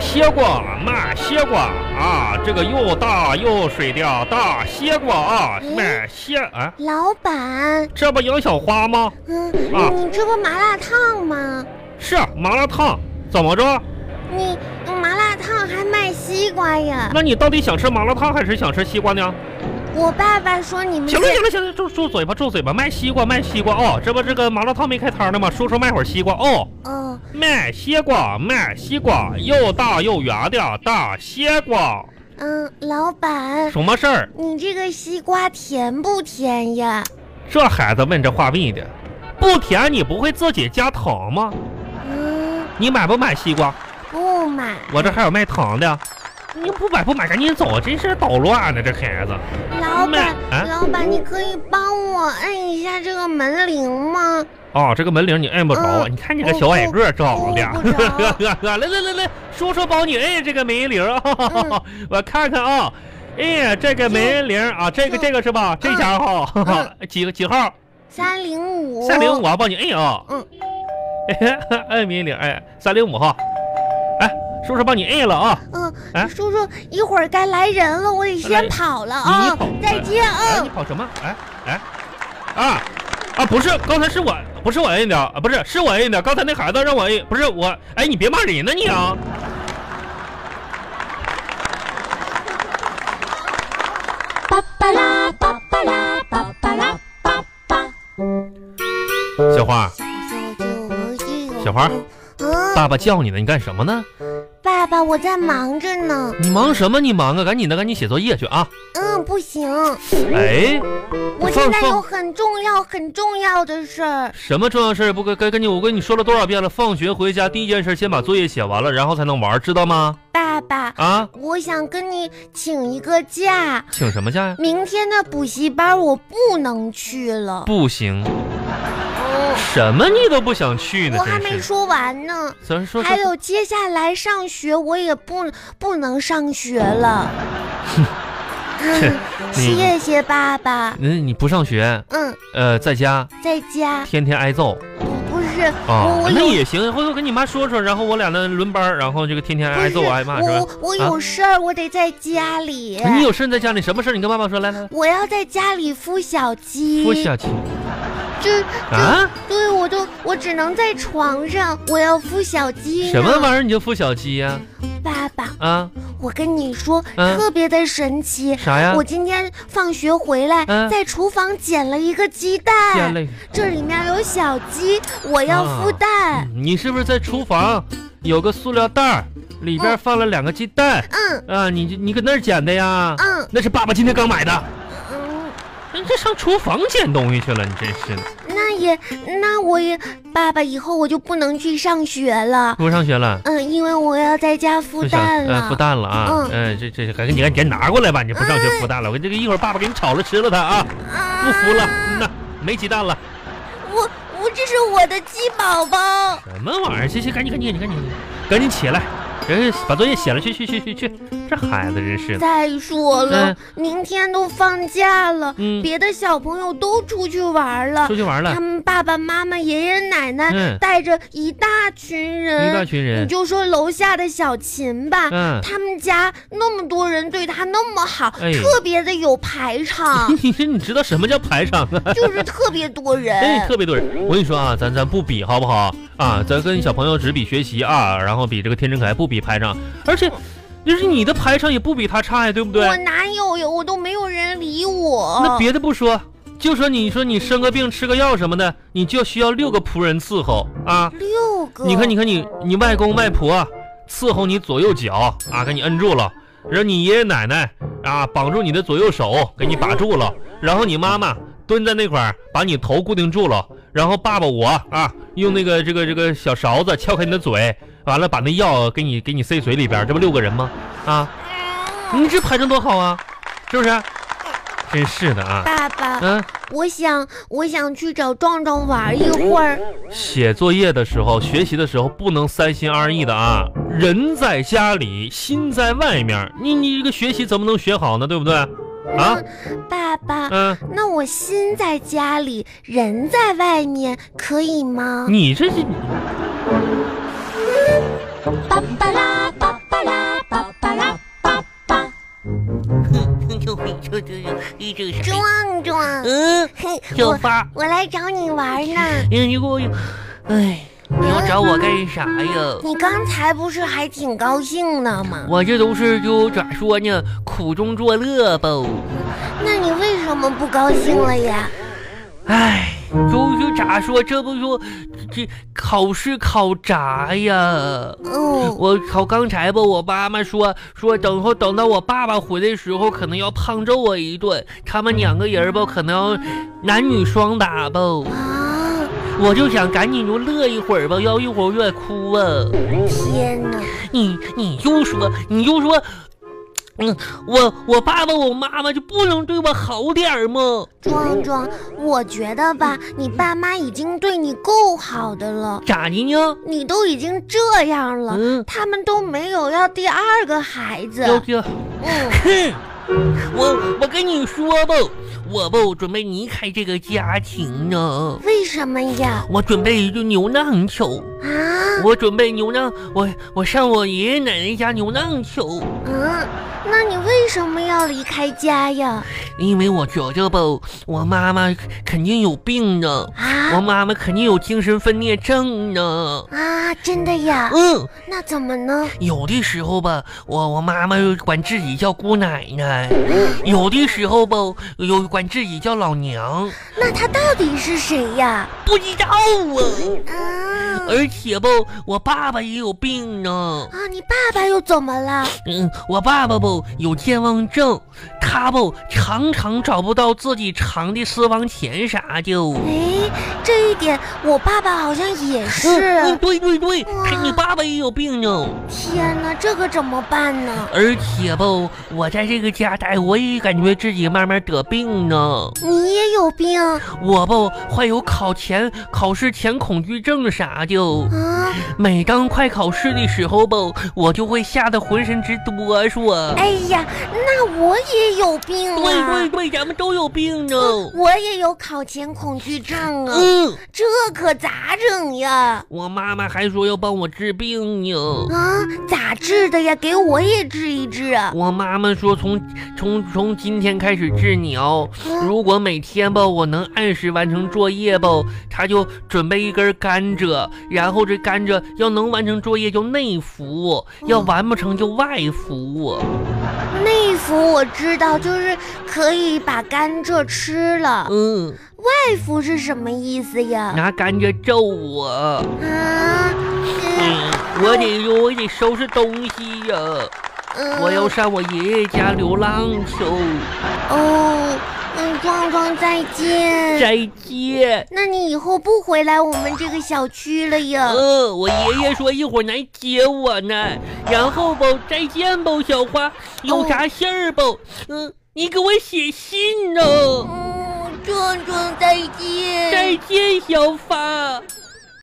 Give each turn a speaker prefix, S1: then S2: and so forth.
S1: 西瓜，卖西瓜啊！这个又大又水的大西瓜啊，
S2: 哎
S1: 卖西啊，
S2: 老板，
S1: 这不杨小花吗？
S2: 嗯，
S1: 啊
S2: 你吃过麻辣烫吗？
S1: 是麻辣烫，怎么着？
S2: 你嗯麻辣烫还卖西瓜呀？
S1: 那你到底想吃麻辣烫还是想吃西瓜呢？
S2: 我爸爸说你们
S1: 行了
S2: 家
S1: 行了行了，住住嘴吧住嘴吧，卖西瓜卖西瓜哦，这不这个麻辣烫没开摊呢吗？叔叔卖会儿西瓜哦，
S2: 哦，
S1: 卖西瓜卖西瓜，又大又圆的大西瓜，
S2: 嗯，老板，
S1: 什么事儿？
S2: 你这个西瓜甜不甜呀？
S1: 这孩子问这话问的，不甜你不会自己加糖吗？
S2: 嗯，
S1: 你买不买西瓜？
S2: 不买。
S1: 我这还有卖糖的，你不买不买赶紧走，真是捣乱呢这孩子。
S2: 老板，
S1: 啊
S2: 老板，你可以帮我摁一下这个门铃吗？
S1: 哦，这个门铃你摁不着啊！
S2: 嗯
S1: 你看你个小矮个儿长的，
S2: 我我我
S1: 来来来来，叔叔帮你摁这个门铃啊！我看看啊，哎呀，这个门铃啊，这个
S2: 嗯
S1: 这个是吧？这家伙哈哈，几几号？
S2: 三零五，
S1: 三零五，啊，帮你摁啊！
S2: 嗯，
S1: 摁门铃，哎，三零五号，哎，叔叔帮你摁了啊！
S2: 嗯，
S1: 哎
S2: 叔叔，一会儿该来人了，我得
S1: 来
S2: 先跑了啊
S1: 你跑，
S2: 再见
S1: 哎，
S2: 啊
S1: 你。跑什么？哎哎，啊啊，不是，刚才是我，不是我摁的，啊，不是，是我摁的。刚才那孩子让我摁，不是我，哎，你别骂人呢你啊！
S3: 巴巴拉巴巴拉巴巴拉巴巴。
S1: 小花，小花，
S2: 嗯，
S1: 爸爸叫你呢，你干什么呢？
S2: 爸爸，我在忙着呢。
S1: 你忙什么？你忙啊！赶紧的，赶紧写作业去啊！
S2: 嗯，不行，
S1: 哎，
S2: 我
S1: 放
S2: 现在有
S1: 放
S2: 很重要、很重要的事儿。
S1: 什么重要事儿不跟跟跟你我跟你说了多少遍了？放学回家第一件事先把作业写完了，然后才能玩，知道吗？
S2: 爸爸，
S1: 啊，
S2: 我想跟你请一个假，
S1: 请什么假呀？
S2: 明天的补习班我不能去了。
S1: 不行，
S2: 哦
S1: 什么你都不想去呢
S2: 我，还没
S1: 真是。
S2: 说完呢。
S1: 咱说
S2: 还
S1: 说，
S2: 有，接下来上学我也不不能上 学了。嗯
S1: 你
S2: 谢谢爸爸。
S1: 嗯，你不上学，
S2: 嗯，
S1: 呃，在家
S2: 在家
S1: 天天挨揍
S2: 不是
S1: 啊
S2: 我，我
S1: 那
S2: 有
S1: 也行。回头跟你妈说说，然后我俩呢轮班，然后这个天天
S2: 不
S1: 挨
S2: 是
S1: 哎揍挨骂是吧？啊
S2: 我我有事儿，我得在家里。
S1: 你有事你在家里什么事儿你跟爸爸说，来来来，
S2: 我要在家里孵小鸡。
S1: 不下去
S2: 这这，
S1: 啊。
S2: 对我都我只能在床上，我要孵小鸡。
S1: 什么玩意儿你就孵小鸡呀、
S2: 意爸爸，
S1: 啊？
S2: 我跟你说，
S1: 嗯
S2: 特别的神奇。
S1: 啥呀？
S2: 我今天放学回来，
S1: 嗯
S2: 在厨房捡了一个鸡
S1: 天
S2: 蛋，
S1: 嘞、
S2: 这里面有小鸡，我要
S1: 啊
S2: 孵蛋。
S1: 嗯你是不是在厨房有个塑料袋儿，里边
S2: 嗯
S1: 放了两个鸡蛋、
S2: 嗯
S1: 啊？你就你搁那儿捡的呀？
S2: 嗯
S1: 那是爸爸今天刚买的。
S2: 嗯，
S1: 啊你这上厨房捡东西去了，你真是的，
S2: 那也那我也，爸爸以后我就不能去上学了。
S1: 不上学了。
S2: 嗯，因为我要在家孵
S1: 不想
S2: 蛋
S1: 呃
S2: 了。
S1: 孵蛋了啊，
S2: 嗯哎
S1: 嗯，这这赶紧赶紧拿过来吧，你不上学孵蛋了，我这个一会儿爸爸给你炒了吃了它啊，
S2: 啊
S1: 不服了，嗯呐，没鸡蛋了，
S2: 我我这是我的鸡宝宝。
S1: 什么玩意儿？行行，赶紧赶紧赶紧赶紧起来，人把作业写了，去去去去去，这孩子真是的，
S2: 再说了
S1: 嗯，
S2: 明天都放假了，
S1: 嗯，
S2: 别的小朋友都出去玩了
S1: 出，去玩了
S2: 他。们爸爸妈妈、爷爷奶奶
S1: 嗯
S2: 带着一大群
S1: 一大
S2: 人，
S1: 群
S2: 你
S1: 人，
S2: 就说楼下的小琴吧。
S1: 嗯，
S2: 他们家那么多人对他那么好，
S1: 哎，
S2: 特别的有排场
S1: 你说你知道什么叫排场啊？
S2: 就是特别多
S1: 哎，
S2: 人。
S1: 特别多人。我跟你说啊，咱咱不比好不好啊？咱跟小朋友只比学习啊，然后比这个天真可爱，不比排场。而且，就是你的排场也不比他差呀，对不对
S2: 我？哪有呀？我都没有人理我。
S1: 那别的不说，就说你说你生个病吃个药什么的，你就需要六个仆人伺候啊。
S2: 六个，
S1: 你看，你看你你外公外婆啊伺候你左右脚啊，给你摁住了，然后你爷爷奶奶啊绑住你的左右手，给你把住了，然后你妈妈蹲在那块儿把你头固定住了，然后爸爸我啊用那个这个这个小勺子撬开你的嘴，完了把那药给你给你塞嘴里边儿，这不六个人吗？啊，
S2: 哦嗯
S1: 你这排成多好啊，是不是？真是的啊，
S2: 爸爸，
S1: 嗯、
S2: 我想，我想去找壮壮玩一会儿。
S1: 写作业的时候、学习的时候不能三心二意的啊！人在家里，心在外面，你你这个学习怎么能学好呢？对不对？啊，
S2: 爸爸，
S1: 嗯、
S2: 那我心在家里，人在外面，可以吗？
S1: 你这是
S3: 巴巴拉巴巴拉
S4: 这
S2: 壮壮，
S4: 嗯，
S2: 嘿
S4: 小
S2: 我
S4: 发，
S2: 我来找你玩呢。
S4: 你你给我，哎，你要找我干啥呀？
S2: 你刚才不是还挺高兴的吗？
S4: 我这都是就咋说呢，苦中作乐吧。
S2: 那你为什么不高兴了呀？
S4: 哎，就是咋说，这不说这考试考砸呀？
S2: 哦，
S4: 我考刚才吧，我妈妈说说等会等到我爸爸回来的时候，可能要胖揍我一顿。他们两个人吧，可能男女双打吧。
S2: 啊，
S4: 我就想赶紧就乐一会儿吧，要一会儿我有点哭啊。
S2: 天哪！
S4: 你你就说你就说，嗯，我我爸爸我妈妈就不能对我好点儿吗？
S2: 壮壮，我觉得吧，你爸妈已经对你够好的了，
S4: 咋的呢？
S2: 你都已经这样了，
S4: 嗯，
S2: 他们都没有要第二个孩子。
S4: 要不要？
S2: 嗯，
S4: 哼，我我跟你说吧，我吧我准备离开这个家庭呢，
S2: 为什么啊呀？
S4: 我准备就流浪去，
S2: 啊，
S4: 我准备流浪，我我上我爷爷奶奶家流浪去，
S2: 嗯，那你为什么要离开家呀？
S4: 因为我觉着吧，我妈妈肯定有病呢，我
S2: 啊
S4: 妈妈肯定有精神分裂症呢。
S2: 啊，真的呀？
S4: 嗯，
S2: 那怎么呢？
S4: 有的时候吧，我我妈妈又管自己叫姑奶奶，有的时候吧，又管自己叫老娘，
S2: 那他到底是谁呀？
S4: 不知道啊。
S2: 啊
S4: 而且吧，我爸爸也有病呢。
S2: 啊！你爸爸又怎么了？
S4: 嗯，我爸爸吧有健忘症，他吧常常找不到自己藏的私房钱啥的。
S2: 哎，这一点我爸爸好像也
S4: 嗯，
S2: 是。
S4: 对对对，他
S2: 哇
S4: 你爸爸也有病呢。
S2: 天哪，这可怎么办呢？
S4: 而且吧，我在这个家待，我也感觉自己慢慢得病呢。
S2: 你也有病 啊？
S4: 我吧患有考前考试前恐惧症啥的。每当快考试的时候吧，我就会吓得浑身直哆嗦。
S2: 哎呀，那我也有病
S4: 对对
S2: 啊！
S4: 对，咱们都有病呢。
S2: 我也有考前恐惧症啊，
S4: 嗯，
S2: 这可咋整呀？
S4: 我妈妈还说要帮我治病呢。
S2: 啊，咋治的呀？给我也治一治啊！
S4: 我妈妈说从从从今天开始治你哦，
S2: 嗯
S4: 如果每天吧我能按时完成作业吧，她就准备一根甘蔗，然后这甘蔗要能完成作业就内服，要
S2: 嗯
S4: 完不成就外服。
S2: 啊内服我知道，就是可以把甘蔗吃了。
S4: 嗯，
S2: 外服是什么意思呀？
S4: 拿甘蔗揍我，
S2: 啊，嗯
S4: 嗯，我得我得收拾东西呀、
S2: 嗯
S4: 我要上我爷爷家流浪去。
S2: 哦，嗯，壮壮再见。
S4: 再见。
S2: 那你以后不回来我们这个小区了呀？
S4: 嗯，我爷爷说一会儿来接我呢，然后吧，再见吧，小花，有啥事儿吧？嗯，你给我写信呢。
S2: 哦嗯，壮壮再见。
S4: 再见，小花。